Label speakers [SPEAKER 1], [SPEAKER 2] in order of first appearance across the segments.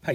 [SPEAKER 1] 嗨，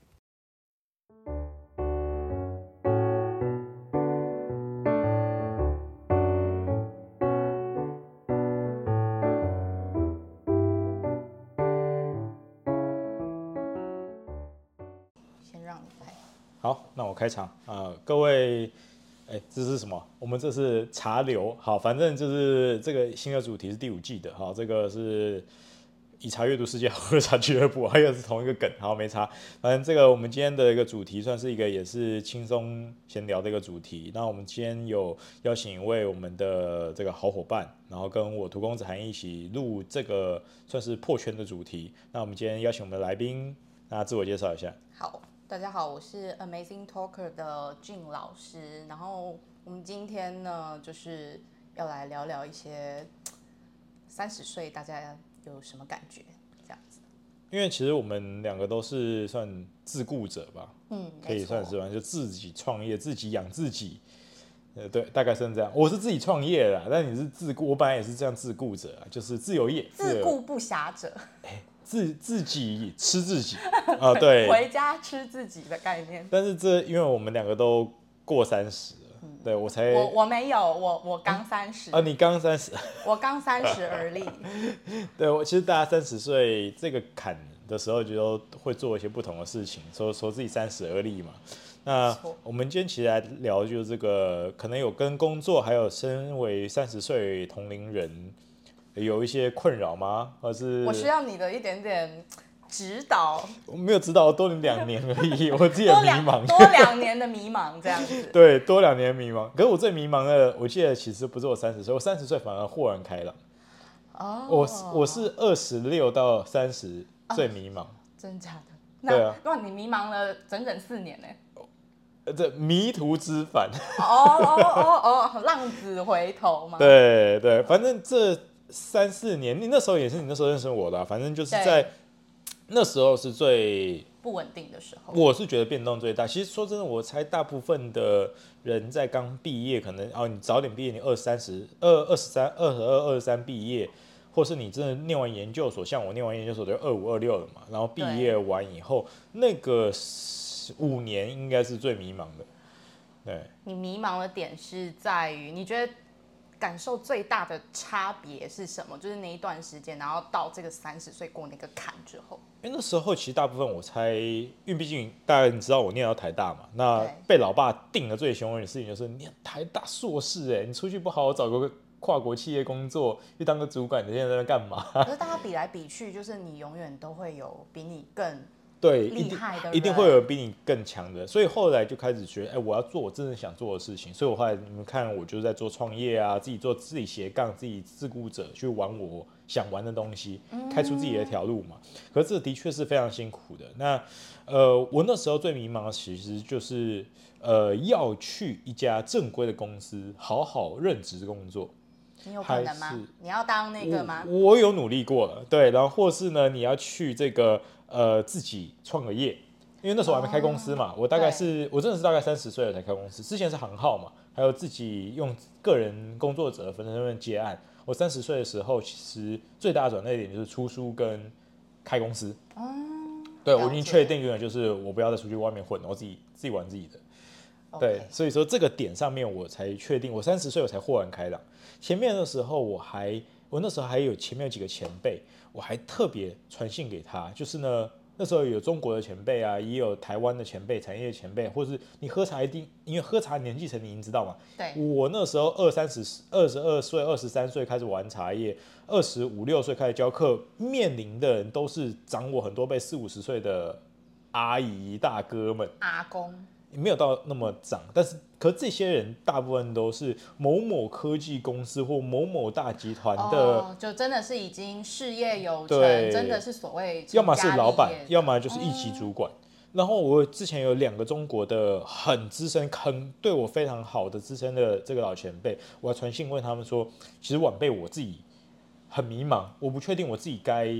[SPEAKER 2] 先让你拍，
[SPEAKER 1] 好，那我开场。呃，各位，哎、这是什么？我们这是茶流。好，反正就是这个新的主题是第五季的。好，这个是以茶阅读世界喝茶俱乐部，还有是同一个梗。好，没差。反正这个我们今天的一个主题算是一个也是轻松闲聊的一个主题。那我们今天有邀请一位我们的这个好伙伴，然后跟我涂公子涵一起录这个算是破圈的主题。那我们今天邀请我们的来宾，那自我介绍一下。
[SPEAKER 2] 好，大家好，我是 Amazing Talker 的俊老师。然后我们今天呢，就是要来聊聊一些三十岁大家有什么感觉这样子。
[SPEAKER 1] 因为其实我们两个都是算自雇者吧，
[SPEAKER 2] 嗯，
[SPEAKER 1] 可
[SPEAKER 2] 没
[SPEAKER 1] 以
[SPEAKER 2] 错
[SPEAKER 1] 算是吧，就自己创业，自己养自己。呃，对，大概算这样。我是自己创业啦，但你是自雇，我本来也是这样自雇者啊，就是自由业，
[SPEAKER 2] 自
[SPEAKER 1] 由
[SPEAKER 2] 顾不暇者，
[SPEAKER 1] 自自己吃自 己啊，对。
[SPEAKER 2] 回家吃自己的概念。
[SPEAKER 1] 但是这因为我们两个都过三十了，对我才
[SPEAKER 2] 嗯我我没有，我我刚三十、
[SPEAKER 1] 啊，你刚三十，
[SPEAKER 2] 我刚三十而 立。
[SPEAKER 1] 对我其实大家三十岁这个坎的时候，就都会做一些不同的事情，说说自己三十而立嘛。那
[SPEAKER 2] 没错
[SPEAKER 1] 我们今天其实来聊，就是这个可能有跟工作，还有身为三十岁同龄人有一些困扰吗？或是
[SPEAKER 2] 我需要你的一点点指 导，
[SPEAKER 1] 我没有指导，多你两年而已，我自己也
[SPEAKER 2] 多
[SPEAKER 1] 迷
[SPEAKER 2] 两
[SPEAKER 1] 茫。
[SPEAKER 2] 多两年的迷茫这样 子。
[SPEAKER 1] 对，多两年迷茫。可是我最迷茫的，我记得其实不是我三十岁，我三十岁反而豁然开朗。
[SPEAKER 2] 哦，
[SPEAKER 1] 我是我是二十六到三十最迷
[SPEAKER 2] 哦
[SPEAKER 1] 茫。
[SPEAKER 2] 真假的？
[SPEAKER 1] 对
[SPEAKER 2] 那、
[SPEAKER 1] 啊
[SPEAKER 2] 那你迷茫了整整四年呢、
[SPEAKER 1] 呃这迷途知返，
[SPEAKER 2] 哦哦哦哦，浪子回头嘛。
[SPEAKER 1] 对对，反正这三四年，你那时候也是你那时候认识我的啊、反正就是
[SPEAKER 2] 对
[SPEAKER 1] 在那时候是最，
[SPEAKER 2] 不稳定的时候，
[SPEAKER 1] 我是觉得变动最大。其实说真的，我猜大部分的人在刚毕业，可能哦，你早点毕业，你二三十二、二十三、二十二、二十三毕业。或是你真的念完研究所，像我念完研究所就二五二六了嘛，然后毕
[SPEAKER 2] 对
[SPEAKER 1] 业完以后，那个十五年应该是最迷茫的，对。
[SPEAKER 2] 你迷茫的点是在于你觉得感受最大的差别是什么？就是那一段时间，然后到这个三十岁过那个坎之后，
[SPEAKER 1] 因为那时候其实大部分我猜，因为毕竟大家你知道我念到台大嘛，那
[SPEAKER 2] 对
[SPEAKER 1] 被老爸定的最凶的事情就是你念台大硕士哎、你出去不好好找个跨国企业工作，去当个主管，你现在在那干嘛？
[SPEAKER 2] 可是大家比来比去，就是你永远都会有比你更
[SPEAKER 1] 对，一
[SPEAKER 2] 厉
[SPEAKER 1] 定
[SPEAKER 2] 害的人
[SPEAKER 1] 一定会有比你更强的，所以后来就开始觉得，哎、我要做我真正想做的事情。所以我后来你们看，我就是在做创业啊，自己做自己斜杠，自己自雇者去玩我想玩的东西，开出自己的一条路嘛。可是这的确是非常辛苦的。那呃，我那时候最迷茫，的其实就是呃要去一家正规的公司好好任职工作。
[SPEAKER 2] 你有可能
[SPEAKER 1] 还是
[SPEAKER 2] 吗？你要当那个吗？
[SPEAKER 1] 我嗯我有努力过了，对，然后或是呢，你要去这个呃自己创个业，因为那时候我还没开公司
[SPEAKER 2] 哦
[SPEAKER 1] 嘛，我大概是我真的是大概三十岁了才开公司，之前是行号嘛，还有自己用个人工作者的身份接案。我三十岁的时候，其实最大的转折点就是出书跟开公司。对我已经
[SPEAKER 2] 哦了解
[SPEAKER 1] 确定永远就是我不要再出去外面混了，我自己自己玩自己的。对
[SPEAKER 2] OK，
[SPEAKER 1] 所以说这个点上面我才确定，我三十岁我才豁然开朗。前面的时候我还，我那时候还有前面有几个前辈，我还特别传信给他，就是呢。那时候有中国的前辈啊，也有台湾的前辈、产业的前辈，或是你喝茶一定，因为喝茶年纪层你已经知道嘛。
[SPEAKER 2] 对，
[SPEAKER 1] 我那时候二三十、二十二岁、二十三岁开始玩茶叶，二十五六岁开始教课，面临的人都是长我很多倍四五十岁的阿姨大哥们。
[SPEAKER 2] 阿公
[SPEAKER 1] 没有到那么涨，但是可这些人大部分都是某某科技公司或某某大集团的，
[SPEAKER 2] 哦，就真的是已经事业有成，
[SPEAKER 1] 对
[SPEAKER 2] 真的是所谓
[SPEAKER 1] 要么是
[SPEAKER 2] 成家
[SPEAKER 1] 老
[SPEAKER 2] 立
[SPEAKER 1] 板
[SPEAKER 2] 业，
[SPEAKER 1] 要么就是一级主管。然后我之前有两个中国的很资深、很对我非常好的资深的这个老前辈，我还传信问他们说，其实晚辈我自己很迷茫，我不确定我自己该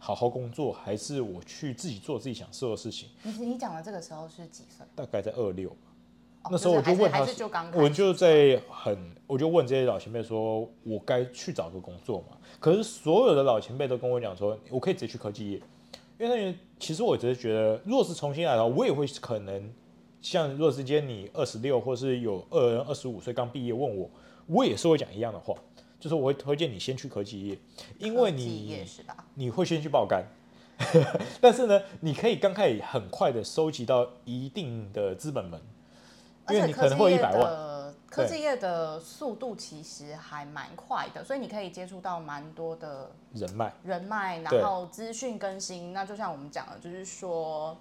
[SPEAKER 1] 好好工作，还是我去自己做自己想做的事情？
[SPEAKER 2] 你是你讲的这个时候是几岁？
[SPEAKER 1] 大概在二六，
[SPEAKER 2] 哦
[SPEAKER 1] 那时候我
[SPEAKER 2] 是还是
[SPEAKER 1] 问他
[SPEAKER 2] 还是就刚，开
[SPEAKER 1] 我
[SPEAKER 2] 始
[SPEAKER 1] 就在很，我就问这些老前辈说，我该去找个工作嘛？可是所有的老前辈都跟我讲说，我可以直接去科技业，因为那年其实我只是觉得，若是重新来的话，我也会可能像若是今天你二十六，或是有二二十五岁刚毕业问我，我也是会讲一样的话，就是我会推荐你先去科技业，因为
[SPEAKER 2] 科技业
[SPEAKER 1] 你
[SPEAKER 2] 是吧？
[SPEAKER 1] 你会先去爆肝。 但是呢，你可以刚开始很快的收集到一定的资本门，因为你可能会有100万
[SPEAKER 2] 万。科
[SPEAKER 1] 对
[SPEAKER 2] 技业的速度其实还蛮快的，所以你可以接触到蛮多的
[SPEAKER 1] 人脉。
[SPEAKER 2] 人脉，
[SPEAKER 1] 对
[SPEAKER 2] 然后资讯更新。那就像我们讲的，就是说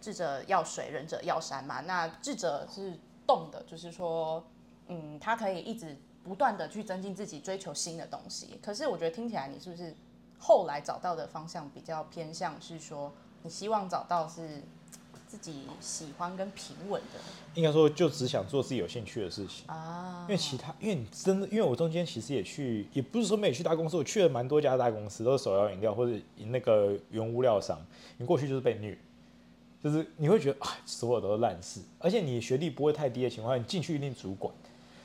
[SPEAKER 2] 智者要水，仁者要山嘛。那智者是动的，就是说，嗯，他可以一直不断的去增进自己，追求新的东西。可是我觉得听起来你是不是后来找到的方向比较偏向是说，你希望找到是自己喜欢跟平稳的
[SPEAKER 1] 应该说就只想做自己有兴趣的事情，
[SPEAKER 2] 啊
[SPEAKER 1] 因？为其他，因为你真的，因为我中间其实也去，也不是说没有去大公司，我去了蛮多家大公司，都是手摇饮料或者那个原物料商，你过去就是被虐，就是你会觉得啊，所有都是烂事，而且你学历不会太低的情况下，你进去一定主管。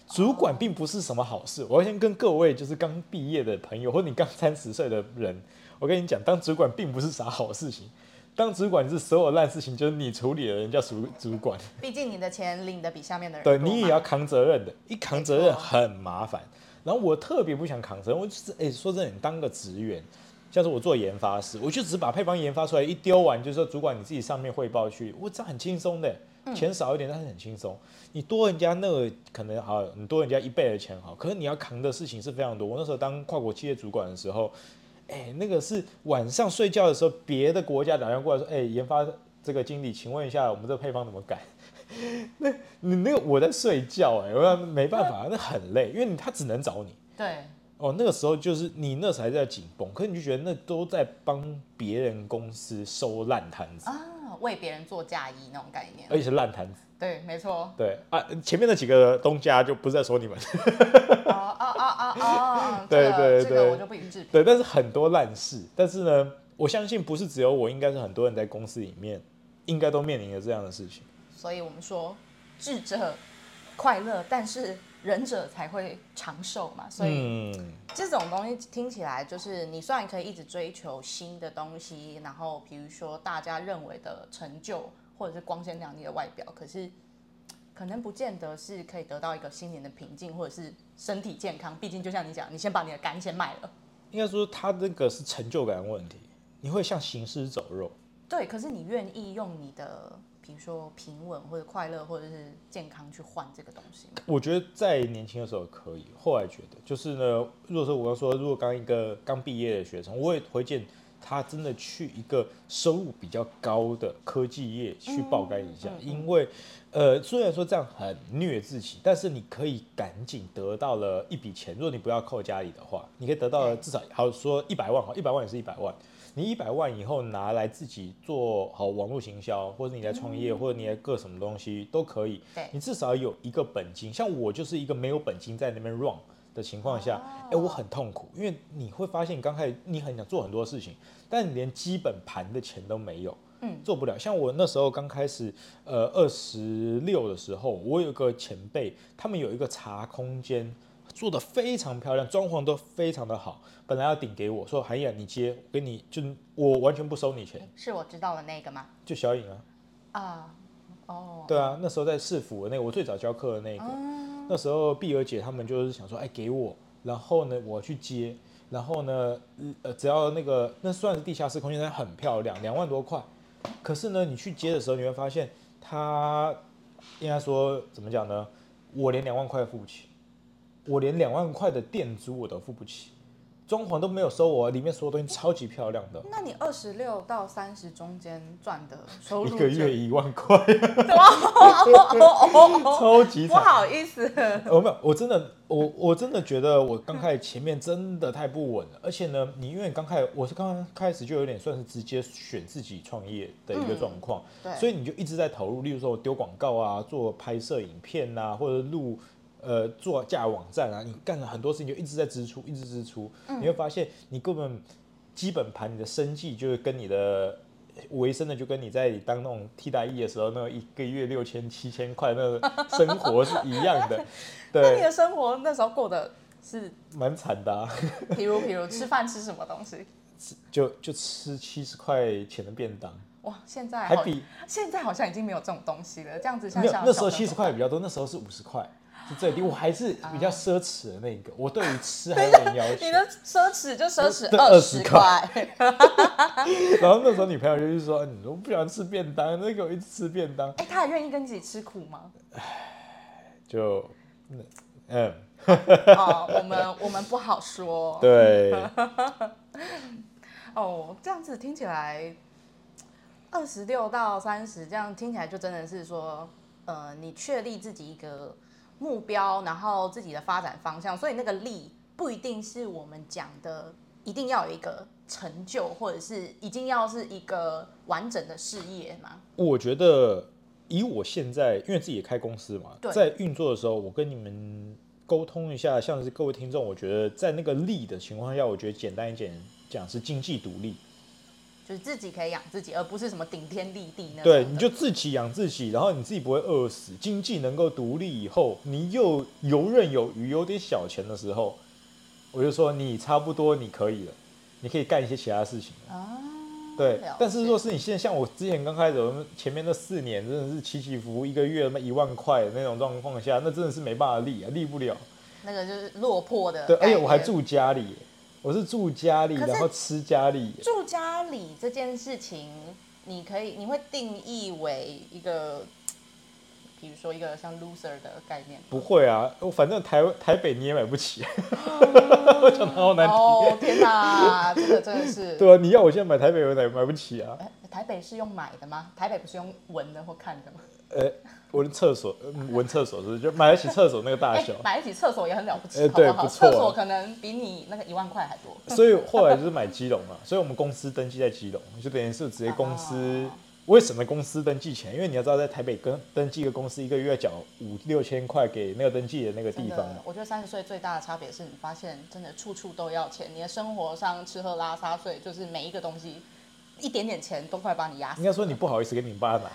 [SPEAKER 1] 主管并不是什么好事，我要先跟各位就是刚毕业的朋友，或者你刚三十岁的人，我跟你讲，当主管并不是啥好事情，当主管是所有烂事情就是你处理的人叫主主管，
[SPEAKER 2] 毕竟你的钱领的比下面的人
[SPEAKER 1] 对
[SPEAKER 2] 多
[SPEAKER 1] 你
[SPEAKER 2] 嘛
[SPEAKER 1] 也要扛责任的，一扛责
[SPEAKER 2] 没
[SPEAKER 1] 任
[SPEAKER 2] 错
[SPEAKER 1] 很麻烦。然后我特别不想扛责任，我就是哎、说真的，你当个职员，像是我做研发师，我就只把配方研发出来一丢完，就说主管你自己上面汇报去，我这样很轻松的，
[SPEAKER 2] 嗯
[SPEAKER 1] 钱少一点但是很轻松。你多人家那个可能好，你多人家一倍的钱好，可是你要扛的事情是非常多。我那时候当跨国企业主管的时候，哎、那个是晚上睡觉的时候，别的国家打电话过来说，哎、研发这个经理，请问一下我们这个配方怎么改？那你那个我在睡觉哎、我没办法，那很累，因为你他只能找你
[SPEAKER 2] 对。
[SPEAKER 1] 哦。那个时候就是你那时候还在紧绷，可是你就觉得那都在帮别人公司收烂摊子，
[SPEAKER 2] 啊，为别人做嫁衣那种概念。
[SPEAKER 1] 而且是烂摊子。。
[SPEAKER 2] 对，没错
[SPEAKER 1] 对啊，前面那几个东家就不是在说你们，
[SPEAKER 2] 哦哦哦哦哦，
[SPEAKER 1] 对
[SPEAKER 2] 这个
[SPEAKER 1] 对
[SPEAKER 2] 这个
[SPEAKER 1] 对
[SPEAKER 2] 我就不予置评。
[SPEAKER 1] 对，但是很多烂事。但是呢，我相信不是只有我，应该是很多人在公司里面应该都面临着这样的事情。
[SPEAKER 2] 所以我们说，智者快乐，但是仁者才会长寿嘛。所以
[SPEAKER 1] 嗯，
[SPEAKER 2] 这种东西听起来就是，你虽然可以一直追求新的东西，然后比如说大家认为的成就或者是光鲜亮丽的外表，可是。可能不见得是可以得到一个心灵的平静，或者是身体健康。毕竟就像你讲，你先把你的肝先卖了，
[SPEAKER 1] 应该说他那个是成就感的问题，你会像行尸走肉。
[SPEAKER 2] 对，可是你愿意用你的，比如说平稳或者快乐或者是健康去换这个东西吗？
[SPEAKER 1] 我觉得在年轻的时候可以，后来觉得就是呢，如果说我刚说，如果刚一个刚毕业的学生，我也推荐他真的去一个收入比较高的科技业去爆肝一下，因为呃，虽然说这样很虐自己，但是你可以赶紧得到了一笔钱，如果你不要扣家里的话，你可以得到了至少好说一百万好，一百万也是一百万。你一百万以后拿来自己做好网络行销，或者你来创业，或者你来各什么东西都可以。
[SPEAKER 2] 对
[SPEAKER 1] 你至少有一个本金。像我就是一个没有本金在那边 run 的情况下，哎、我很痛苦，因为你会发现你刚开始你很想做很多事情，但你连基本盘的钱都没有。
[SPEAKER 2] 嗯，
[SPEAKER 1] 做不了。像我那时候刚开始，呃，二十六的时候，我有个前辈，他们有一个茶空间，做的非常漂亮，装潢都非常的好。本来要顶给我说，韩雅你接，我给你，就我完全不收你钱，
[SPEAKER 2] 是我知道的那个吗？
[SPEAKER 1] 就小颖啊，
[SPEAKER 2] 啊，哦，
[SPEAKER 1] 对啊，那时候在市府的那个，我最早教课的那个，那时候碧儿姐他们就是想说，哎，给我，然后呢，我去接，然后呢，呃，只要那个那算是地下室空间，它很漂亮，两万多块，可是呢，你去接的时候，你会发现它应该说怎么讲呢？我连两万块付不起，我连两万块的店租我都付不起，装潢都没有收我，里面所有东西超级漂亮的，
[SPEAKER 2] 那你二十六到三十中间赚的收入
[SPEAKER 1] 一
[SPEAKER 2] 就，哦
[SPEAKER 1] 个月一万块，超级
[SPEAKER 2] 不
[SPEAKER 1] 惨。
[SPEAKER 2] 好意思，
[SPEAKER 1] 我哦没有，我真的，我我真的觉得我刚开始前面真的太不稳了，而且呢，你因为刚开始我是刚开始就有点算是直接选自己创业的一个状况，
[SPEAKER 2] 对
[SPEAKER 1] 所以你就一直在投入，例如说我丢广告啊，做拍摄影片啊，或者录呃做
[SPEAKER 2] 嗯
[SPEAKER 1] 架网站啊，你干了很多事情，就一直在支出，一直支出，你会发现你根本基本盘，你的生计就是跟你的维生的，就跟你在当那种替代役的时候，那个一个月六千七千块那个生活是一样 的，
[SPEAKER 2] 那你
[SPEAKER 1] 对，
[SPEAKER 2] 的生活那时候过的是，
[SPEAKER 1] 蛮惨的、啊，
[SPEAKER 2] 比如比如吃饭吃什么东西？
[SPEAKER 1] 就就吃七十块钱的便当，
[SPEAKER 2] 哇，现在
[SPEAKER 1] 还
[SPEAKER 2] 好
[SPEAKER 1] 比
[SPEAKER 2] 现在好像已经没有这种东西了。这样子像
[SPEAKER 1] 没有
[SPEAKER 2] 像
[SPEAKER 1] 那时候
[SPEAKER 2] 小
[SPEAKER 1] 七十块比较多，那时候是五十块。是最低，我还是比较奢侈的那一个。我对于 吃还有点要求。
[SPEAKER 2] 啊你的奢侈就奢侈
[SPEAKER 1] 对
[SPEAKER 2] 二十
[SPEAKER 1] 20
[SPEAKER 2] 块，
[SPEAKER 1] 然后那时候女朋友就是说：“哎你我不喜欢吃便当，那给我一直吃便当。
[SPEAKER 2] 哎、他还愿意跟自己吃苦吗？
[SPEAKER 1] 就”嗯，
[SPEAKER 2] 哦，我们我们不好说。
[SPEAKER 1] 对，
[SPEAKER 2] 哦，这样子听起来，二十六到三十，这样听起来就真的是说，呃，你确立自己一个目标，然后自己的发展方向，所以那个力不一定是我们讲的一定要有一个成就，或者是一定要是一个完整的事业嘛。
[SPEAKER 1] 我觉得以我现在，因为自己也开公司嘛
[SPEAKER 2] 对，
[SPEAKER 1] 在运作的时候，我跟你们沟通一下，像是各位听众，我觉得在那个利的情况下，我觉得简单一点讲是经济独立，
[SPEAKER 2] 就是自己可以养自己，而不是什么顶天立地那种的。
[SPEAKER 1] 对，你就自己养自己，然后你自己不会饿死，经济能够独立以后，你又游刃有余，有点小钱的时候，我就说你差不多你可以了，你可以干一些其他事情了。
[SPEAKER 2] 啊，
[SPEAKER 1] 对
[SPEAKER 2] 了，
[SPEAKER 1] 但是
[SPEAKER 2] 解
[SPEAKER 1] 若是你现在像我之前刚开始，我们前面那四年真的是起起伏伏，一个月他妈一万块的那种状况下，那真的是没办法立啊，立不了。
[SPEAKER 2] 那个就是落魄的概
[SPEAKER 1] 对，
[SPEAKER 2] 念。
[SPEAKER 1] 而且我还住家里耶，我是住家里，
[SPEAKER 2] 可是
[SPEAKER 1] 然后吃家里耶，
[SPEAKER 2] 住家里这件事情，你可以你会定义为一个，比如说一个像 loser 的概念。
[SPEAKER 1] 不会啊，我反正台台北你也买不起， 我讲的好难听。
[SPEAKER 2] 哦天 哪，这个真的是。
[SPEAKER 1] 对啊，你要我现在买台北，我买买不起啊。
[SPEAKER 2] 哎台北是用买的吗？台北不是用闻的或看的吗？
[SPEAKER 1] 呃，我的厕所，嗯闻厕所是不是就买得起厕所那个大
[SPEAKER 2] 哎
[SPEAKER 1] 小？
[SPEAKER 2] 买得起厕所也很了不起，
[SPEAKER 1] 哎
[SPEAKER 2] 好不
[SPEAKER 1] 对
[SPEAKER 2] 好？
[SPEAKER 1] 不错
[SPEAKER 2] 厕所可能比你那个一万块还多。
[SPEAKER 1] 所以后来就是买基隆嘛，所以我们公司登记在基隆，就等于是直接公司。
[SPEAKER 2] 啊
[SPEAKER 1] 为什么公司登记钱？因为你要知道，在台北跟登记一个公司，一个月要缴五六千块给那个登记的那个
[SPEAKER 2] 真
[SPEAKER 1] 地方
[SPEAKER 2] 的
[SPEAKER 1] 嘛。，
[SPEAKER 2] 我觉得三十岁最大的差别是你发现真的处处都要钱，你的生活上吃喝拉撒睡，就是每一个东西一点点钱都快把你压死
[SPEAKER 1] 应。该说你不好意思给你爸拿，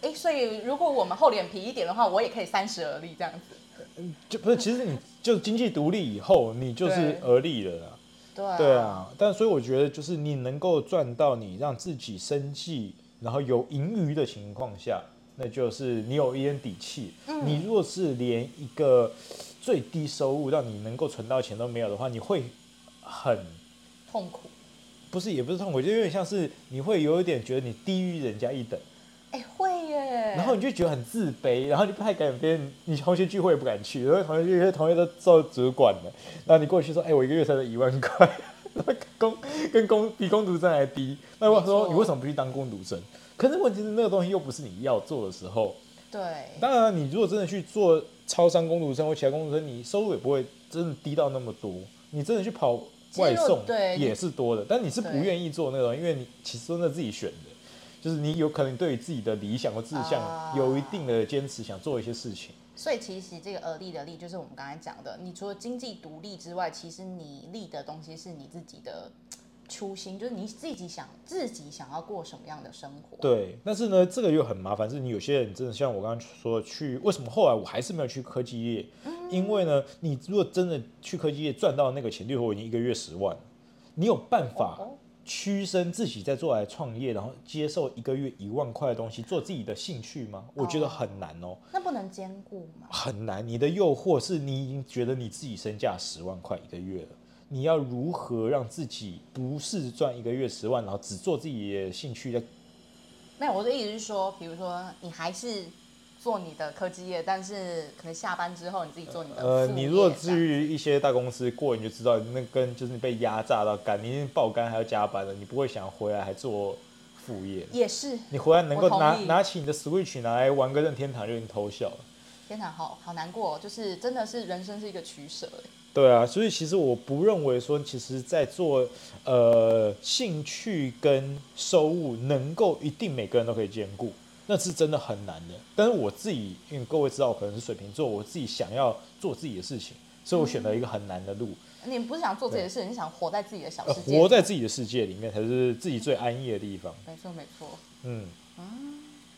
[SPEAKER 2] 哎、所以如果我们厚脸皮一点的话，我也可以三十而立这样子。
[SPEAKER 1] 就不是，其实你就经济独立以后，你就是
[SPEAKER 2] 对
[SPEAKER 1] 而立了啦。
[SPEAKER 2] 对啊，
[SPEAKER 1] 对啊，但所以我觉得就是你能够赚到你让自己生计，然后有盈余的情况下，那就是你有一点底气。你若是连一个最低收入让你能够存到钱都没有的话，你会很
[SPEAKER 2] 痛苦。
[SPEAKER 1] 不是也不是痛苦，就有点像是你会有一点觉得你低于人家一等，
[SPEAKER 2] 哎、会耶。
[SPEAKER 1] 然后你就觉得很自卑，然后你不太敢别人，你同学聚会也不敢去，因为同学聚会同学都做主管了，然后你过去说，哎、我一个月才一万块， 那工跟工比工读生还低，那我
[SPEAKER 2] 没
[SPEAKER 1] 说
[SPEAKER 2] 错
[SPEAKER 1] 你为什么不去当工读生？可是问题是那个东西又不是你要做的时候，
[SPEAKER 2] 对，
[SPEAKER 1] 当然你如果真的去做超商工读生或其他工读生，你收入也不会真的低到那么多，你真的去跑外
[SPEAKER 2] 其实如
[SPEAKER 1] 送
[SPEAKER 2] 果对
[SPEAKER 1] 也是多的，但你是不
[SPEAKER 2] 对
[SPEAKER 1] 愿意做那个东西，因为你其实真的自己选的。就是你有可能对于自己的理想或志
[SPEAKER 2] 啊
[SPEAKER 1] 向有一定的坚持，想做一些事情。
[SPEAKER 2] 所以其实这个而立的立，就是我们刚才讲的，你除了经济独立之外，其实你立的东西是你自己的初心，就是你自己想自己想要过什么样的生活。
[SPEAKER 1] 对，但是呢，这个又很麻烦，是你有些人真的像我刚刚说去，为什么后来我还是没有去科技业？因为呢，你如果真的去科技业赚到那个钱，例如我已经一个月十万，你有办法
[SPEAKER 2] 哦
[SPEAKER 1] 屈身自己再做来创业，然后接受一个月一万块的东西，做自己的兴趣吗？我觉得很难哦，
[SPEAKER 2] 那不能兼顾嘛？
[SPEAKER 1] 很难。你的诱惑是你已经觉得你自己身价十万块一个月了。你要如何让自己不是赚一个月十万，然后只做自己的兴趣，在
[SPEAKER 2] 没有，我的意思是说，比如说你还是做你的科技业，但是可能下班之后你自己做你的
[SPEAKER 1] 呃，
[SPEAKER 2] 副
[SPEAKER 1] 你
[SPEAKER 2] 业
[SPEAKER 1] 如果
[SPEAKER 2] 这样
[SPEAKER 1] 至于一些大公司过，你就知道那跟就是你被压榨到干，你已经爆肝还要加班了，你不会想回来还做副业。
[SPEAKER 2] 也是
[SPEAKER 1] 你回来能够
[SPEAKER 2] 我同
[SPEAKER 1] 拿
[SPEAKER 2] 意
[SPEAKER 1] 拿起你的 Switch 拿来玩个任天堂，就已经偷笑了。
[SPEAKER 2] 天哪，好好难过、哦，就是真的是人生是一个取舍欸。
[SPEAKER 1] 对啊，所以其实我不认为说，其实在做呃兴趣跟收入能够一定每个人都可以兼顾，那是真的很难的。但是我自己，因为各位知道我可能是水瓶座，我自己想要做自己的事情，所以我选择一个很难的路。
[SPEAKER 2] 你不是想做自己的事，你想活在自己的小
[SPEAKER 1] 呃，
[SPEAKER 2] 世界。
[SPEAKER 1] 活在自己的世界里面才是自己最安逸的地方。
[SPEAKER 2] 没错没错
[SPEAKER 1] 嗯，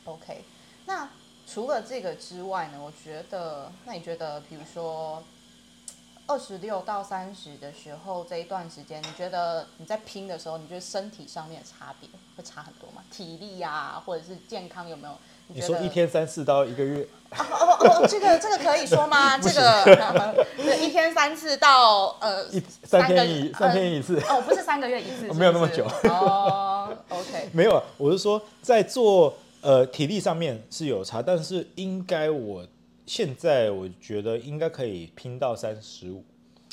[SPEAKER 2] ，OK。那除了这个之外呢？我觉得，那你觉得，比如说二十六到三十的时候这一段时间，你觉得你在拼的时候，你觉得身体上面的差别会差很多吗？体力呀、或者是健康有没有？你
[SPEAKER 1] 你
[SPEAKER 2] 觉
[SPEAKER 1] 说
[SPEAKER 2] 得
[SPEAKER 1] 一天三次到一个月，
[SPEAKER 2] 哦哦哦，这个这个可以说吗？这个对一天三次到呃
[SPEAKER 1] 一三
[SPEAKER 2] 个
[SPEAKER 1] 天一三天一次，
[SPEAKER 2] 哦，不是三个月一次，是 不是
[SPEAKER 1] 没有那么久
[SPEAKER 2] 哦。OK，
[SPEAKER 1] 没有，啊我是说在做呃体力上面是有差，但是应该我现在我觉得应该可以拼到三十五。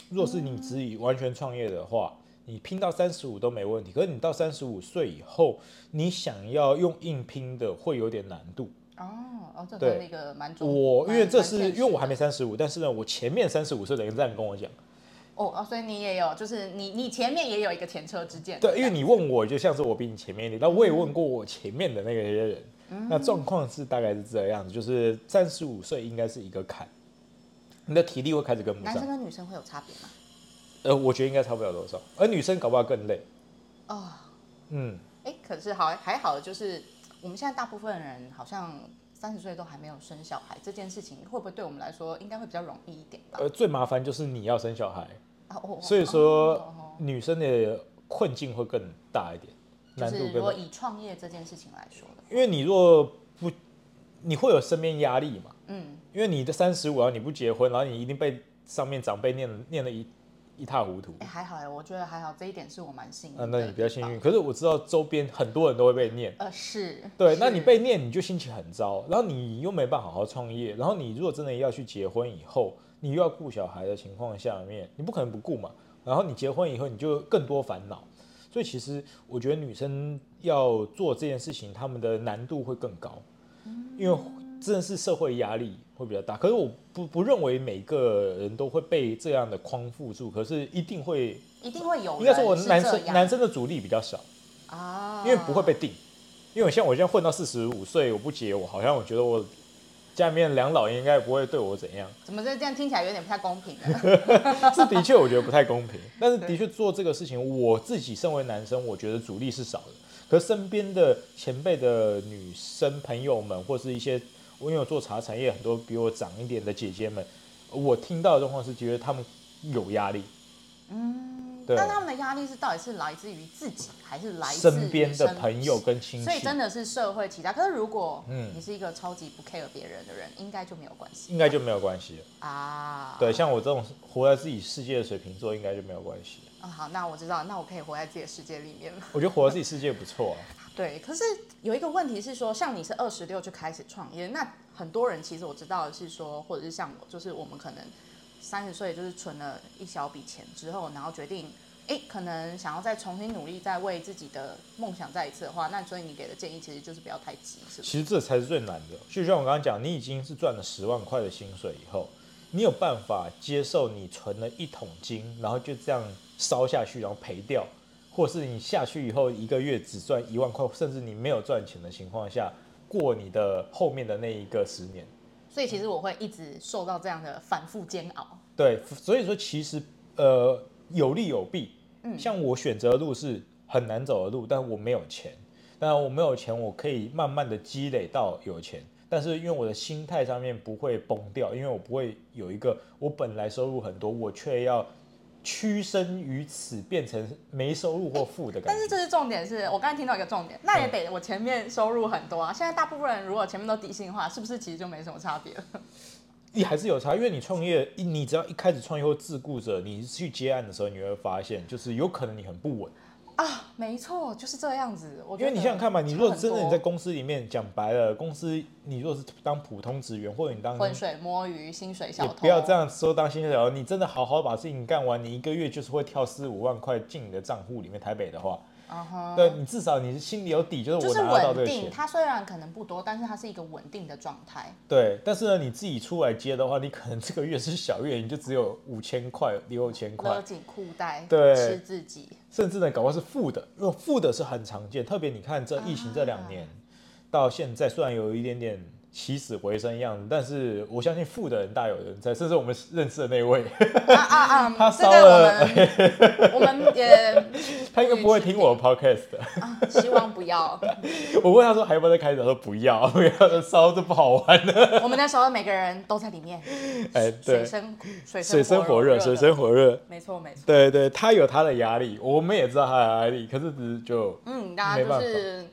[SPEAKER 1] 若是你自己完全创业的话，你拼到三十五都没问题。可是你到三十五岁以后，你想要用硬拼的会有点难度。
[SPEAKER 2] 哦哦，这
[SPEAKER 1] 对
[SPEAKER 2] 是一个蛮重，
[SPEAKER 1] 我因
[SPEAKER 2] 蛮
[SPEAKER 1] 为这
[SPEAKER 2] 蛮现
[SPEAKER 1] 是
[SPEAKER 2] 实
[SPEAKER 1] 因为我还没
[SPEAKER 2] 的
[SPEAKER 1] 三十五，但是呢，我前面三十五岁的人这样跟我讲，
[SPEAKER 2] 哦哦，所以你也有，就是你你前面也有一个前车之鉴，
[SPEAKER 1] 对，因为你问我，就像是我比你前面一点，
[SPEAKER 2] 嗯
[SPEAKER 1] 那我也问过我前面的那个些人，那状况是大概是这样子，就是三十五岁应该是一个坎，你的体力会开始跟不
[SPEAKER 2] 男生
[SPEAKER 1] 上，
[SPEAKER 2] 跟女生会有差别吗？
[SPEAKER 1] 呃，我觉得应该差不了多少，而女生搞不好更累，
[SPEAKER 2] 哦，
[SPEAKER 1] 嗯，
[SPEAKER 2] 哎，可是好还好，就是我们现在大部分人好像三十岁都还没有生小孩，这件事情会不会对我们来说应该会比较容易一点吧？
[SPEAKER 1] 呃，最麻烦就是你要生小孩，
[SPEAKER 2] 啊哦，
[SPEAKER 1] 所以
[SPEAKER 2] 哦
[SPEAKER 1] 说
[SPEAKER 2] 哦
[SPEAKER 1] 女生的困境会更大一点，
[SPEAKER 2] 就
[SPEAKER 1] 难度
[SPEAKER 2] 是
[SPEAKER 1] 更
[SPEAKER 2] 如果
[SPEAKER 1] 大，
[SPEAKER 2] 以创业这件事情来说的，
[SPEAKER 1] 因为你若不，你会有身边压力嘛，
[SPEAKER 2] 嗯，
[SPEAKER 1] 因为你的三十五，然后你不结婚，然后你一定被上面长辈念念了一一塌糊涂。
[SPEAKER 2] 哎，还好哎，我觉得还好，这一点是我蛮幸运
[SPEAKER 1] 啊
[SPEAKER 2] 的，
[SPEAKER 1] 那你比较
[SPEAKER 2] 地
[SPEAKER 1] 幸
[SPEAKER 2] 方
[SPEAKER 1] 运。。可是我知道周边很多人都会被念，
[SPEAKER 2] 呃，是。
[SPEAKER 1] 对，
[SPEAKER 2] 是
[SPEAKER 1] 那你被念你就心情很糟，然后你又没办法好好创业，然后你如果真的要去结婚以后，你又要顾小孩的情况下面，你不可能不顾嘛。然后你结婚以后，你就更多烦恼。所以其实我觉得女生要做这件事情，她们的难度会更高，
[SPEAKER 2] 嗯
[SPEAKER 1] 因为真的是社会压力会比较大。可是我不不认为每个人都会被这样的框缚住，可是一定会，
[SPEAKER 2] 一定会有人
[SPEAKER 1] 应该说我
[SPEAKER 2] 是
[SPEAKER 1] 男
[SPEAKER 2] 这
[SPEAKER 1] 生
[SPEAKER 2] 样
[SPEAKER 1] 男生的阻力比较少。
[SPEAKER 2] 啊，
[SPEAKER 1] 因为不会被定。因为像我现在混到四十五岁，我不结，我好像我觉得我家里面两老应该不会对我怎样。
[SPEAKER 2] 怎么这这样听起来有点不太公平呢？
[SPEAKER 1] 这的确我觉得不太公平，但是的确做这个事情，我自己身为男生，我觉得阻力是少的。可是身边的前辈的女生朋友们，或是一些我因为我做茶产业，很多比我长一点的姐姐们，我听到的状况是觉得她们有压力，
[SPEAKER 2] 嗯，
[SPEAKER 1] 对
[SPEAKER 2] 但他们的压力是到底是来自于自己，还是来自于
[SPEAKER 1] 身边的朋友？跟亲戚，
[SPEAKER 2] 所以真的是社会期待。可是如果
[SPEAKER 1] 嗯
[SPEAKER 2] 你是一个超级不 care 别人的人，应该就没有关系
[SPEAKER 1] 应该就没有关系了。
[SPEAKER 2] 啊。
[SPEAKER 1] 对，像我这种活在自己世界的水瓶座，应该就没有关系
[SPEAKER 2] 哦，
[SPEAKER 1] 了。
[SPEAKER 2] 好，那我知道，那我可以活在自己的世界里面了。
[SPEAKER 1] 我觉得活在自己世界不错啊。
[SPEAKER 2] 对，可是有一个问题是说，像你是二十六就开始创业，那很多人其实我知道的是说，或者是像我，就是我们可能三十岁就是存了一小笔钱之后，然后决定，诶，可能想要再重新努力，再为自己的梦想再一次的话，那所以你给的建议其实就是不要太急，是不是？
[SPEAKER 1] 其实这才是最难的。就像我刚刚讲，你已经是赚了十万块的薪水以后，你有办法接受你存了一桶金，然后就这样烧下去，然后赔掉，或是你下去以后一个月只赚一万块，甚至你没有赚钱的情况下，过你的后面的那一个十年。
[SPEAKER 2] 所以其实我会一直受到这样的反复煎熬。
[SPEAKER 1] 对，所以说其实呃有利有弊。
[SPEAKER 2] 嗯
[SPEAKER 1] 像我选择的路是很难走的路，但我没有钱。那我没有钱，我可以慢慢的积累到有钱，但是因为我的心态上面不会崩掉，因为我不会有一个我本来收入很多，我却要屈身于此，变成没收入或负的感
[SPEAKER 2] 但是
[SPEAKER 1] 觉。
[SPEAKER 2] 这是重点是，我刚才听到一个重点，那也得我前面收入很多啊。现在大部分人如果前面都底薪化，是不是其实就没什么差别了？
[SPEAKER 1] 你还是有差，因为你创业，一你只要一开始创业或自雇者，你去接案的时候，你会发现，就是有可能你很不稳。
[SPEAKER 2] 啊，没错，就是这样子。我觉
[SPEAKER 1] 因
[SPEAKER 2] 得
[SPEAKER 1] 为你想想看嘛，你如果
[SPEAKER 2] 差很
[SPEAKER 1] 真的
[SPEAKER 2] 多
[SPEAKER 1] 你在公司里面讲白了，公司你如果是当普通职员，或者你当
[SPEAKER 2] 浑水摸鱼、薪水小
[SPEAKER 1] 也
[SPEAKER 2] 偷，
[SPEAKER 1] 不要这。样说当薪水小偷，你真的好好把事情干完，你一个月就是会跳四五万块进你的账户里面。台北的话，
[SPEAKER 2] 嗯哼，
[SPEAKER 1] 对你至少你是心里有底，就是
[SPEAKER 2] 就
[SPEAKER 1] 我
[SPEAKER 2] 是
[SPEAKER 1] 拿得到这
[SPEAKER 2] 稳
[SPEAKER 1] 个
[SPEAKER 2] 定。
[SPEAKER 1] 钱。
[SPEAKER 2] 它虽然可能不多，但是它是一个稳定的状态。
[SPEAKER 1] 对，但是呢，你自己出来接的话，你可能这个月是小月，你就只有五千块、六千块
[SPEAKER 2] 勒，紧裤带，
[SPEAKER 1] 对
[SPEAKER 2] 吃自己。
[SPEAKER 1] 甚至呢，搞不好是负的，因为啊负的是很常见。特别你看这疫情这两年、到现在，虽然有一点点起死回生一样子，但是我相信富的人大有人在，甚至我们认识的那一 位，
[SPEAKER 2] 啊啊啊！
[SPEAKER 1] 他
[SPEAKER 2] 这
[SPEAKER 1] 烧了
[SPEAKER 2] 个 我们我们也
[SPEAKER 1] 他应该不会听我的 podcast 的。
[SPEAKER 2] 啊，希望不要。
[SPEAKER 1] 我问他说还要不要再开始，他说不要，不要烧这不好玩 了。
[SPEAKER 2] 我们那时候每个人都在里面，
[SPEAKER 1] 哎，
[SPEAKER 2] 水
[SPEAKER 1] 对，
[SPEAKER 2] 深水
[SPEAKER 1] 水深火热，
[SPEAKER 2] 的
[SPEAKER 1] 水深火热。
[SPEAKER 2] 没错没错。
[SPEAKER 1] 对对，他有他的压力，我们也知道他的压力，可是只是就，
[SPEAKER 2] 嗯，大家
[SPEAKER 1] 没
[SPEAKER 2] 就
[SPEAKER 1] 办法
[SPEAKER 2] 是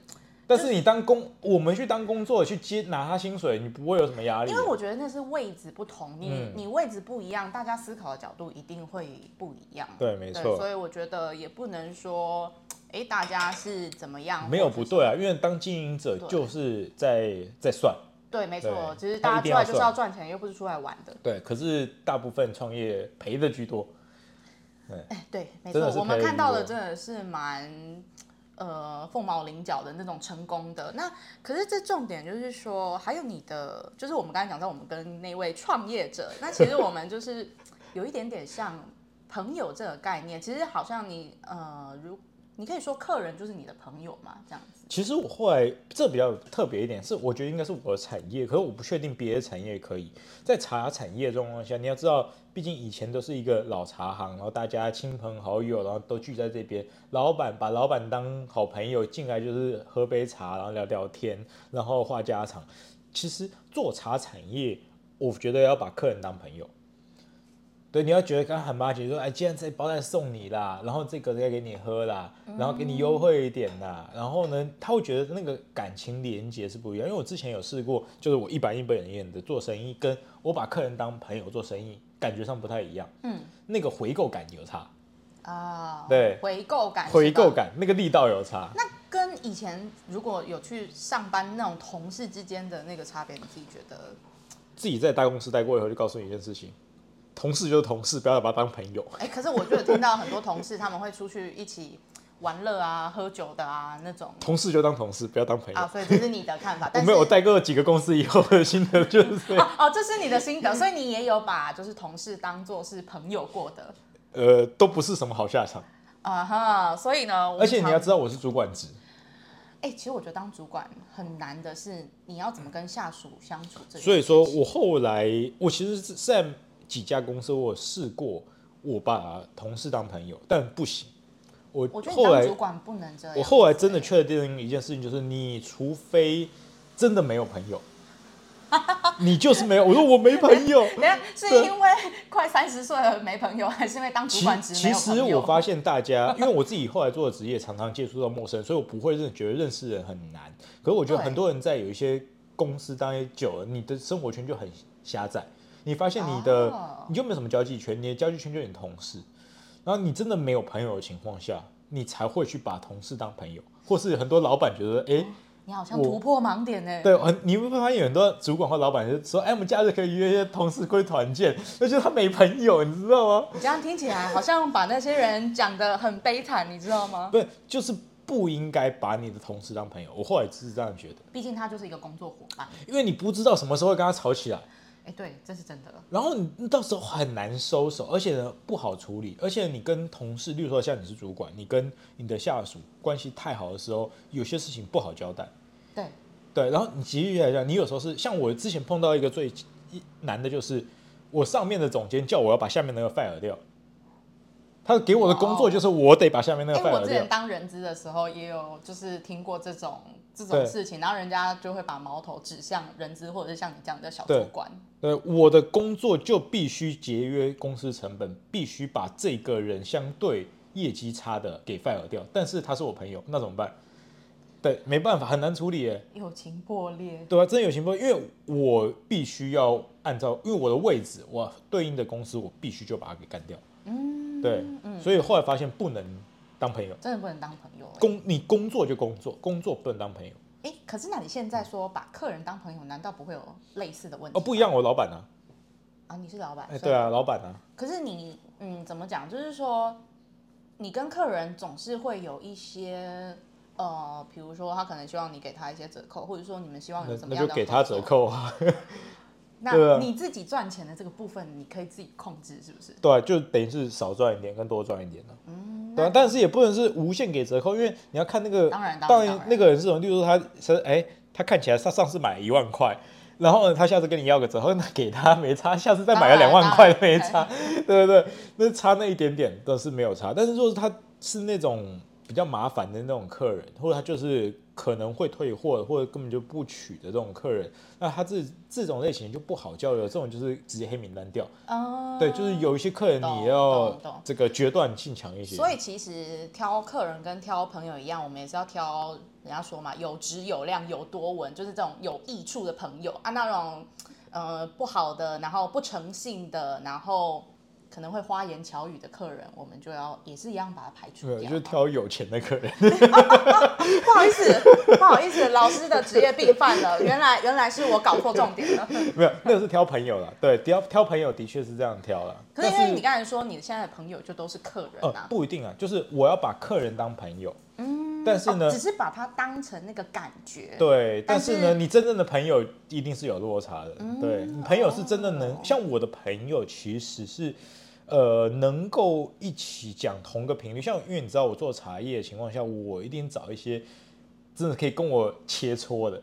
[SPEAKER 1] 但是你当工，我们去当工作去接拿他薪水，你不会有什么压力
[SPEAKER 2] 因。为我觉得那是位置不同，你、
[SPEAKER 1] 嗯
[SPEAKER 2] 你位置不一样，大家思考的角度一定会不一样。
[SPEAKER 1] 对没错
[SPEAKER 2] 所以我觉得也不能说，哎，大家是怎么样，
[SPEAKER 1] 没
[SPEAKER 2] 或
[SPEAKER 1] 有
[SPEAKER 2] 者
[SPEAKER 1] 不
[SPEAKER 2] 是
[SPEAKER 1] 对啊，因为当经营者
[SPEAKER 2] 对
[SPEAKER 1] 就是在在算，
[SPEAKER 2] 对，没错，
[SPEAKER 1] 对
[SPEAKER 2] 只是
[SPEAKER 1] 他
[SPEAKER 2] 大
[SPEAKER 1] 一定
[SPEAKER 2] 家出来就
[SPEAKER 1] 要
[SPEAKER 2] 是
[SPEAKER 1] 赚
[SPEAKER 2] 要赚钱，又不是出来玩的。
[SPEAKER 1] 对。可是大部分创业赔的居多，
[SPEAKER 2] 哎，对，没
[SPEAKER 1] 真
[SPEAKER 2] 错
[SPEAKER 1] 的，是
[SPEAKER 2] 我们
[SPEAKER 1] 可以
[SPEAKER 2] 看到的
[SPEAKER 1] 理解
[SPEAKER 2] 真的是蛮。呃，凤毛麟角的那种成功的，那可是这重点就是说，还有你的，就是我们刚才讲到我们跟那位创业者，那其实我们 就是有一点点像朋友这个概念，其实好像你呃，如你可以说客人就是你的朋友嘛，这样子。
[SPEAKER 1] 其实我后来这比较特别一点是，我觉得应该是我的产业，可是我不确定别的产业可以。在茶产业状况下，你要知道，毕竟以前都是一个老茶行，然后大家亲朋好友，然后都聚在这边，老板把老板当好朋友进来就是喝杯茶，然后聊聊天，然后话家常。其实做茶产业，我觉得要把客人当朋友。对，你要觉得刚喊妈姐说，哎，既然这包蛋送你啦，然后这个再给你喝啦，
[SPEAKER 2] 嗯
[SPEAKER 1] 然后给你优惠一点啦，然后呢，他会觉得那个感情连接是不一样。因为我之前有试过，就是我一板一本眼的做生意，跟我把客人当朋友做生意，感觉上不太一样，
[SPEAKER 2] 嗯
[SPEAKER 1] 那个回购感有差，
[SPEAKER 2] 啊，
[SPEAKER 1] 对
[SPEAKER 2] 回购感，
[SPEAKER 1] 回购。感那个力道有差。
[SPEAKER 2] 那跟以前如果有去上班那种同事之间的那个差别，你自己觉得？
[SPEAKER 1] 自己在大公司待过以后，就告诉你一件事情：同事就是同事，不要把他当朋友。
[SPEAKER 2] 哎、可是我就有听到很多同事他们会出去一起玩乐啊、喝酒的啊那种
[SPEAKER 1] 同事就当同事，不要当朋友。
[SPEAKER 2] 啊，所以这是你的看法。
[SPEAKER 1] 我
[SPEAKER 2] 但是
[SPEAKER 1] 没有我带过几个公司以后的心得就是 这样。
[SPEAKER 2] 哦哦，这是你的心得，所以你也有把就是同事当做是朋友过的
[SPEAKER 1] 呃，都不是什么好下场。
[SPEAKER 2] 啊哈。所以呢，我
[SPEAKER 1] 而且你要
[SPEAKER 2] 常
[SPEAKER 1] 知道，我是主管职，
[SPEAKER 2] 哎、其实我觉得当主管很难的是你要怎么跟下属相处这件事情。
[SPEAKER 1] 所以说我后来我其实是在几家公司我有试过，我把同事当朋友，但不行。我
[SPEAKER 2] 我觉得你
[SPEAKER 1] 后
[SPEAKER 2] 当
[SPEAKER 1] 来
[SPEAKER 2] 主管欸不能这样。啊
[SPEAKER 1] 我后来真的确定一件事情，就是你除非真的没有朋友，你就是没有。我说我没朋 友，
[SPEAKER 2] 等一下是因为快三十岁了没朋友，还是因为当主
[SPEAKER 1] 其
[SPEAKER 2] 管职没
[SPEAKER 1] 其
[SPEAKER 2] 有朋
[SPEAKER 1] 实
[SPEAKER 2] 友？
[SPEAKER 1] 我发现大家，因为我自己后来做的职业常常接触到陌生人，所以我不会认觉得认识人很难。可是我觉得
[SPEAKER 2] 对
[SPEAKER 1] 很多人在有一些公司当久了，你的生活圈就很狭窄，你发现你的、
[SPEAKER 2] 哦
[SPEAKER 1] 你就没有什么交际圈，你的交际圈就是你的同事，然后你真的没有朋友的情况下，你才会去把同事当朋友，或是很多老板觉得
[SPEAKER 2] 哦
[SPEAKER 1] 哎。诶
[SPEAKER 2] 你好像
[SPEAKER 1] 我
[SPEAKER 2] 突破盲点呢、
[SPEAKER 1] 对，很你会发现有很多主管或老板就说：“哎，我们假日可以约一些同事过去团建。”那就是他没朋友，你知道吗？
[SPEAKER 2] 你这样听起来好像把那些人讲得很悲惨，你知道吗？
[SPEAKER 1] 不就是不应该把你的同事当朋友。我后来是这样觉得，
[SPEAKER 2] 毕竟他就是一个工作伙伴。
[SPEAKER 1] 因为你不知道什么时候会跟他吵起来，
[SPEAKER 2] 哎、对，这是真的。
[SPEAKER 1] 然后你到时候很难收手，而且呢不好处理，而且你跟同事，例如说像你是主管，你跟你的下属关系太好的时候，有些事情不好交代。
[SPEAKER 2] 对，
[SPEAKER 1] 对，然后你急于来讲，你有时候是像我之前碰到一个最一难的就是，我上面的总监叫我要把下面那个 fire 掉，他给我的工作就是我得把下面那
[SPEAKER 2] 哦哎、
[SPEAKER 1] 个 fire
[SPEAKER 2] 我之
[SPEAKER 1] 掉
[SPEAKER 2] 前。当人资的时候也有就是听过这种这种
[SPEAKER 1] 对
[SPEAKER 2] 事情，然后人家就会把矛头指向人资或者是像你这样的小
[SPEAKER 1] 对
[SPEAKER 2] 主管。
[SPEAKER 1] 呃，我的工作就必须节约公司成本，必须把这个人相对业绩差的给 fire 掉。但是他是我朋友，那怎么办？对，没办法，很难处理耶。
[SPEAKER 2] 友情破裂，
[SPEAKER 1] 对啊，真的有情况，因为我必须要按照，因为我的位置，我对应的公司，我必须就把他给干掉。
[SPEAKER 2] 嗯，
[SPEAKER 1] 对，
[SPEAKER 2] 嗯，
[SPEAKER 1] 所以后来发现不能当朋友，
[SPEAKER 2] 真的不能当朋友、哎
[SPEAKER 1] 工你工作就工作，工作不能当朋友。
[SPEAKER 2] 哎、可是那你现在说把客人当朋友，难道不会有类似的问题？
[SPEAKER 1] 哦，不一样，我老板啊，
[SPEAKER 2] 啊！你是老板，
[SPEAKER 1] 哎，
[SPEAKER 2] 所以
[SPEAKER 1] 对啊，老板啊，
[SPEAKER 2] 可是你，嗯，怎么讲？就是说，你跟客人总是会有一些，呃，比如说他可能希望你给他一些折扣，或者说你们希望有
[SPEAKER 1] 那
[SPEAKER 2] 怎么
[SPEAKER 1] 那
[SPEAKER 2] 样
[SPEAKER 1] 就
[SPEAKER 2] 的
[SPEAKER 1] 给他
[SPEAKER 2] 合
[SPEAKER 1] 折
[SPEAKER 2] 作。
[SPEAKER 1] 扣啊。对
[SPEAKER 2] 那
[SPEAKER 1] 啊
[SPEAKER 2] 你自己赚钱的这个部分，你可以自己控制，是不是？
[SPEAKER 1] 对啊、就等于是少赚一点跟多赚一点了、对、啊，但是也不能是无限给折扣，因为你要看那个，
[SPEAKER 2] 嗯当然当然
[SPEAKER 1] 当
[SPEAKER 2] 当然
[SPEAKER 1] 那个人是什么，例如说他，是哎，他看起来他上次买一万块，然后呢，他下次跟你要个折，后那给他没差，下次再买个两万块
[SPEAKER 2] 当
[SPEAKER 1] 没
[SPEAKER 2] 然
[SPEAKER 1] 差， 对不对？那差那一点点倒是没有差，但是如果他是那种比较麻烦的那种客人，或者他就是可能会退货或者根本就不取的这种客人，那他这这种类型就不好交流，这种就是直接黑名单掉。
[SPEAKER 2] 嗯，
[SPEAKER 1] 对，就是有一些客人
[SPEAKER 2] 懂
[SPEAKER 1] 你要
[SPEAKER 2] 懂懂
[SPEAKER 1] 这个决断性强一些。
[SPEAKER 2] 所以其实挑客人跟挑朋友一样，我们也是要挑人家说嘛，有质有量有多文，就是这种有益处的朋友啊，那种呃不好的，然后不诚信的，然后可能会花言巧语的客人，我们就要也是一样把它排除
[SPEAKER 1] 对，啊
[SPEAKER 2] 掉嘛。
[SPEAKER 1] 就是挑有钱的客人。
[SPEAKER 2] 不好意思，不好意思，老师的职业病犯了，原来原来是我搞错重点了。
[SPEAKER 1] 没有，那个是挑朋友啦。对，挑挑朋友的确是这样挑啦。
[SPEAKER 2] 可是因
[SPEAKER 1] 但
[SPEAKER 2] 为你刚才说你现在的朋友就都是客人
[SPEAKER 1] 呃
[SPEAKER 2] 啊，
[SPEAKER 1] 不一定啊，就是我要把客人当朋友，嗯，但是呢
[SPEAKER 2] 哦只，是把它当成那个感觉。
[SPEAKER 1] 对，但
[SPEAKER 2] 但
[SPEAKER 1] 是嗯
[SPEAKER 2] 是
[SPEAKER 1] 呢，你真正的朋友一定是有落差的。对，你朋友是真的能，像我的朋友其实是。呃，能够一起讲同个频率，像因为你知道我做茶叶的情况下，我一定找一些真的可以跟我切磋的，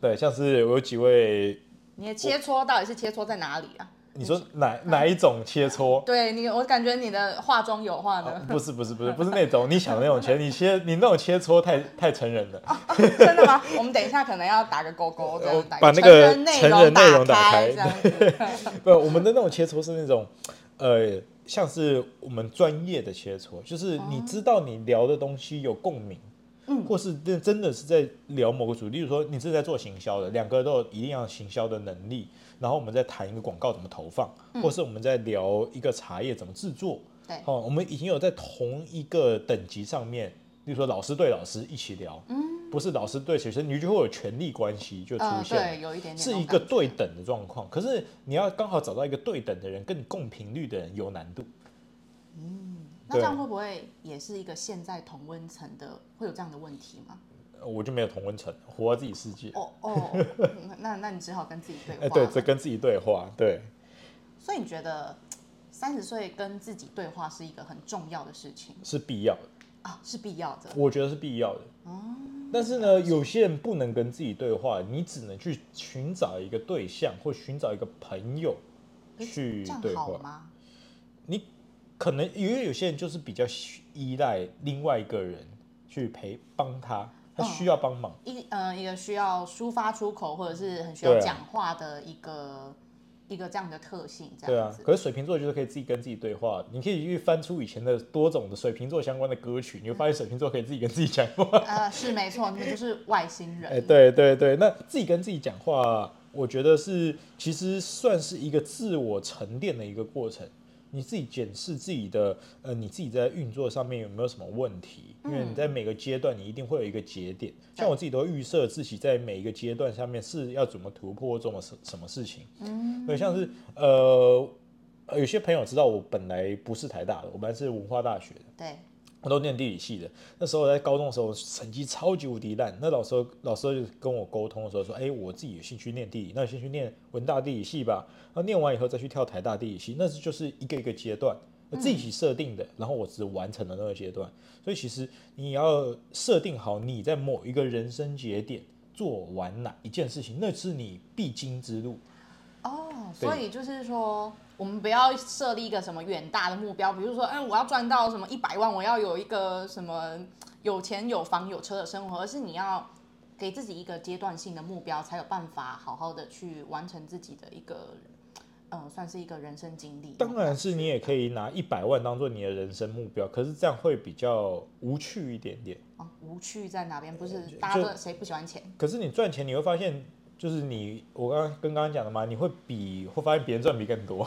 [SPEAKER 1] 对，像是我有几位，
[SPEAKER 2] 你的切磋到底是切磋在哪里啊？
[SPEAKER 1] 你说哪哪一种切磋？
[SPEAKER 2] 对你，我感觉你的话中有话
[SPEAKER 1] 哦
[SPEAKER 2] 呢，
[SPEAKER 1] 不是不是不是不是那种你想的那种切，你切你那种切磋太太成人了，
[SPEAKER 2] 真的吗？我们等一下可能要打个勾勾，这样打
[SPEAKER 1] 呃把那
[SPEAKER 2] 成
[SPEAKER 1] 个
[SPEAKER 2] 人内
[SPEAKER 1] 成人内容
[SPEAKER 2] 打
[SPEAKER 1] 打开
[SPEAKER 2] 这样子。
[SPEAKER 1] 不，我们的那种切磋是那种，呃，像是我们专业的切磋，就是你知道你聊的东西有共鸣，嗯，或是真真的是在聊某个主题，例如说你是在做行销的，两个都有一定要行销的能力，然后我们在谈一个广告怎么投放，或是我们在聊一个茶叶怎么制作，
[SPEAKER 2] 对
[SPEAKER 1] 哦，我们已经有在同一个等级上面，例如说老师对老师一起聊，嗯，不是老师对学生，你就会有权力关系就出
[SPEAKER 2] 嗯，
[SPEAKER 1] 现了。
[SPEAKER 2] 对，有一点点
[SPEAKER 1] 是
[SPEAKER 2] 那种
[SPEAKER 1] 一个
[SPEAKER 2] 感觉
[SPEAKER 1] 对等的状况。可是你要刚好找到一个对等的人，跟你共频率的人有难度。
[SPEAKER 2] 那这样会不会也是一个现在同温层的会有这样的问题吗？
[SPEAKER 1] 呃我就没有同温层，活在自己世界。
[SPEAKER 2] 哦哦，那那那你只好跟自己对
[SPEAKER 1] 哎、
[SPEAKER 2] 话。
[SPEAKER 1] 对，这跟自己对话，对，
[SPEAKER 2] 所以你觉得三十岁跟自己对话是一个很重要的事情
[SPEAKER 1] 是必要的，
[SPEAKER 2] 啊，是必要的。
[SPEAKER 1] 我觉得是必要的。但是呢，有些人不能跟自己对话，你只能去寻找一个对象或寻找一个朋友
[SPEAKER 2] 诶
[SPEAKER 1] 去
[SPEAKER 2] 这样
[SPEAKER 1] 对
[SPEAKER 2] 好
[SPEAKER 1] 话。
[SPEAKER 2] 吗？
[SPEAKER 1] 你可能因为有些人就是比较依赖另外一个人去陪帮他，他需要帮忙。
[SPEAKER 2] 一呃，一个需要抒发出口，或者是很需
[SPEAKER 1] 对
[SPEAKER 2] 要
[SPEAKER 1] 啊
[SPEAKER 2] 讲话的一个、一个这样的特性，这
[SPEAKER 1] 对
[SPEAKER 2] 样
[SPEAKER 1] 啊
[SPEAKER 2] 子。，
[SPEAKER 1] 可是水瓶座就是可以自己跟自己对话，你可以去翻出以前的多种的水瓶座相关的歌曲，你会发现水瓶座可以自己跟自己讲话。
[SPEAKER 2] 呃，是没错，你们就是外星人。
[SPEAKER 1] 哎、对对对，那自己跟自己讲话，我觉得是其实算是一个自我沉淀的一个过程。你自己检视自己的，呃，你自己在运作上面有没有什么问题？因为你在每个阶段，你一定会有一个节点。像我自己都会预设自己在每一个阶段下面是要怎么突破，做么什什么事情。嗯，对，像是呃，呃有些朋友知道我本来不是台大的，我本来是文化大学的。
[SPEAKER 2] 对，
[SPEAKER 1] 我都念地理系的，那时候在高中的时候成绩超级无敌烂。那老师老师就跟我沟通的时候说：“哎、我自己有兴趣念地理，那你先去念文大地理系吧。然后念完以后再去跳台大地理系，那是就是一个一个阶段，我自己设定的。然后我只完成了那个阶段。所以其实你要设定好你在某一个人生节点做完哪一件事情，那是你必经之路。
[SPEAKER 2] 哦，
[SPEAKER 1] 对
[SPEAKER 2] 所以就是说，我们不要设立一个什么远大的目标，比如说，嗯，我要赚到什么一百万，我要有一个什么有钱有房有车的生活，而是你要给自己一个阶段性的目标，才有办法好好的去完成自己的一个，嗯、算是一个人生经历。
[SPEAKER 1] 当然是你也可以拿一百万当做你的人生目标，可是这样会比较无趣一点点。
[SPEAKER 2] 哦，无趣在哪边？不是
[SPEAKER 1] 就
[SPEAKER 2] 大家都谁不喜欢钱？
[SPEAKER 1] 可是你赚钱，你会发现，就是你我刚刚跟刚刚讲的嘛，你会比会发现别人赚比 更多。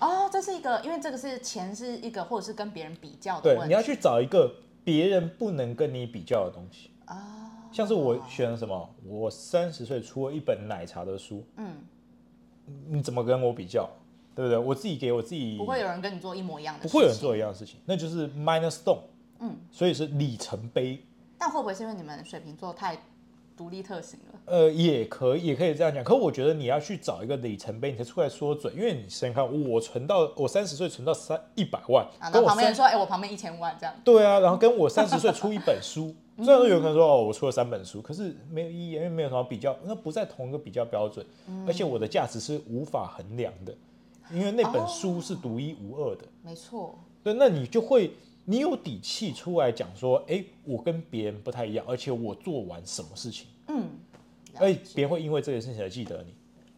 [SPEAKER 2] 哦，这是一个，因为这个是钱是一个，或者是跟别人比较的
[SPEAKER 1] 对，
[SPEAKER 2] 问
[SPEAKER 1] 你
[SPEAKER 2] 题
[SPEAKER 1] 要去找一个别人不能跟你比较的东西。
[SPEAKER 2] 啊。
[SPEAKER 1] 像是我选了什么，我三十岁出了一本奶茶的书，
[SPEAKER 2] 嗯，
[SPEAKER 1] 你怎么跟我比较？对不对？我自己给我自己
[SPEAKER 2] 不会有人跟你做一模一样的
[SPEAKER 1] 不
[SPEAKER 2] 事情，
[SPEAKER 1] 会有人做一样的事情，那就是 minus stone。
[SPEAKER 2] 嗯，
[SPEAKER 1] 所以是里程碑。
[SPEAKER 2] 但会不会是因为你们水瓶座太独立特行了？
[SPEAKER 1] 呃，也可以，也可以这样讲。可我觉得你要去找一个里程碑，你才出来说准。因为你想想看，我存到我三十岁存到三一百万
[SPEAKER 2] 啊，，
[SPEAKER 1] 跟
[SPEAKER 2] 那
[SPEAKER 1] 我
[SPEAKER 2] 旁边
[SPEAKER 1] 三
[SPEAKER 2] 人说，哎、我旁边一千万这样，
[SPEAKER 1] 对啊，然后跟我三十岁出一本书，
[SPEAKER 2] 嗯
[SPEAKER 1] 虽然说有可能说哦，我出了三本书，可是没有意义，因为没有什么比较，那不在同一个比较标准，
[SPEAKER 2] 嗯
[SPEAKER 1] 而且我的价值是无法衡量的，因为那本书是独一无二的。
[SPEAKER 2] 没错，
[SPEAKER 1] 对，那你就会，你有底气出来讲说，哎、我跟别人不太一样，而且我做完什么事情，
[SPEAKER 2] 嗯，
[SPEAKER 1] 而且别人会因为这件事情而记得你，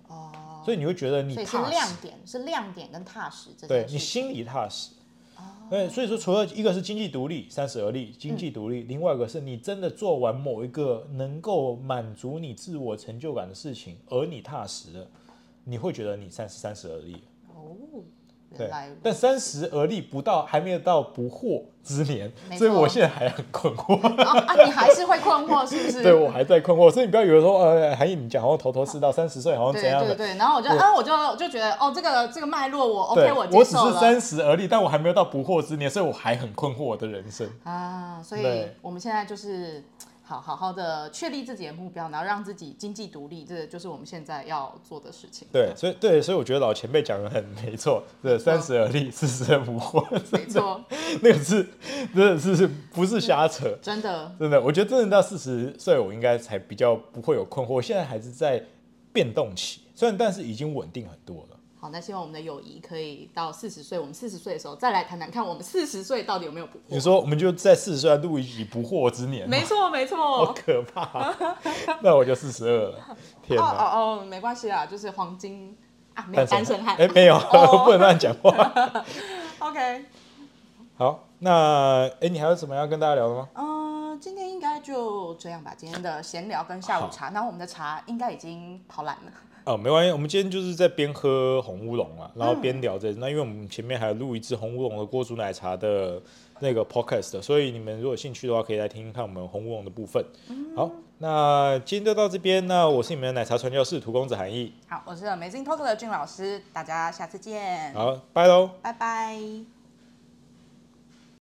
[SPEAKER 2] 哦，
[SPEAKER 1] 所以你会觉得你
[SPEAKER 2] 所以是
[SPEAKER 1] 踏实
[SPEAKER 2] 亮，点，是亮点跟踏实这
[SPEAKER 1] 对
[SPEAKER 2] 件事
[SPEAKER 1] 你
[SPEAKER 2] 情。哦
[SPEAKER 1] 心里踏实。对，所以说除了一个是经济独立，三十而立，经
[SPEAKER 2] 嗯
[SPEAKER 1] 济独立，另外一个是你真的做完某一个能够满足你自我成就感的事情，而你踏实了，你会觉得你三十三十而立了。
[SPEAKER 2] 哦，原
[SPEAKER 1] 对
[SPEAKER 2] 来如，
[SPEAKER 1] 但三十而立不到，还没有到不惑之年，
[SPEAKER 2] 没
[SPEAKER 1] 所以我
[SPEAKER 2] 错
[SPEAKER 1] 现在还很困惑。
[SPEAKER 2] 啊啊，你还是会困惑是不是？
[SPEAKER 1] 对我还在困惑，所以你不要以为说，呃，韩毅你讲好像头头是道，三十岁好像
[SPEAKER 2] 对
[SPEAKER 1] 怎样
[SPEAKER 2] 对
[SPEAKER 1] 的。
[SPEAKER 2] 对，然后我就啊，我就就觉得哦，这个这个脉络我 OK，
[SPEAKER 1] 对，
[SPEAKER 2] 我
[SPEAKER 1] 我
[SPEAKER 2] 接
[SPEAKER 1] 只
[SPEAKER 2] 受
[SPEAKER 1] 是
[SPEAKER 2] 了
[SPEAKER 1] 三十而立，但我还没有到不惑之年，所以我还很困惑我的人生。
[SPEAKER 2] 啊，所以
[SPEAKER 1] 对
[SPEAKER 2] 我们现在就是好好好的确立自己的目标，然后让自己经济独立，这就是我们现在要做的事情。
[SPEAKER 1] 对，所以对，所以我觉得老前辈讲的很没错，
[SPEAKER 2] 哦
[SPEAKER 1] 对，三十而立，四十而不惑，
[SPEAKER 2] 没错，
[SPEAKER 1] 那个是真的是不是瞎扯？
[SPEAKER 2] 真的
[SPEAKER 1] 真的，我觉得真的到四十岁，我应该才比较不会有困惑。我现在还是在变动期，虽然但是已经稳定很多了。
[SPEAKER 2] 好。那希望我们的友谊可以到四十岁，我们四十岁的时候再来谈谈看，我们四十岁到底有没有不
[SPEAKER 1] 你
[SPEAKER 2] 惑？
[SPEAKER 1] 说我们就在四十岁录一集不惑之年吗，
[SPEAKER 2] 没错，没
[SPEAKER 1] 好
[SPEAKER 2] 错。
[SPEAKER 1] 可怕、那我就四十二了，天
[SPEAKER 2] 哦
[SPEAKER 1] 哪！
[SPEAKER 2] 哦哦，没关系啦，就是黄金啊，没有
[SPEAKER 1] 单
[SPEAKER 2] 单身汉。
[SPEAKER 1] 哎、没有，
[SPEAKER 2] 哦
[SPEAKER 1] 不能乱讲话。
[SPEAKER 2] OK，
[SPEAKER 1] 好，那哎、你还有什么要跟大家聊的吗？
[SPEAKER 2] 嗯、今天应该就这样吧。今天的闲聊跟下午茶，然后我们的茶应该已经跑烂了。
[SPEAKER 1] 哦，没关系，我们今天就是在边喝红乌龙啊，然后边聊这。那因为我们前面还有录一支红乌龙的锅煮奶茶的那个 podcast，所以你们如果有兴趣的话，可以来听听看我们红乌龙的部分。好，那今天就到这边。那我是你们的奶茶传教士涂公子韩毅，
[SPEAKER 2] 好，我是 Amazing Talk 的俊老师，大家下次见，
[SPEAKER 1] 好，拜喽。
[SPEAKER 2] 拜拜。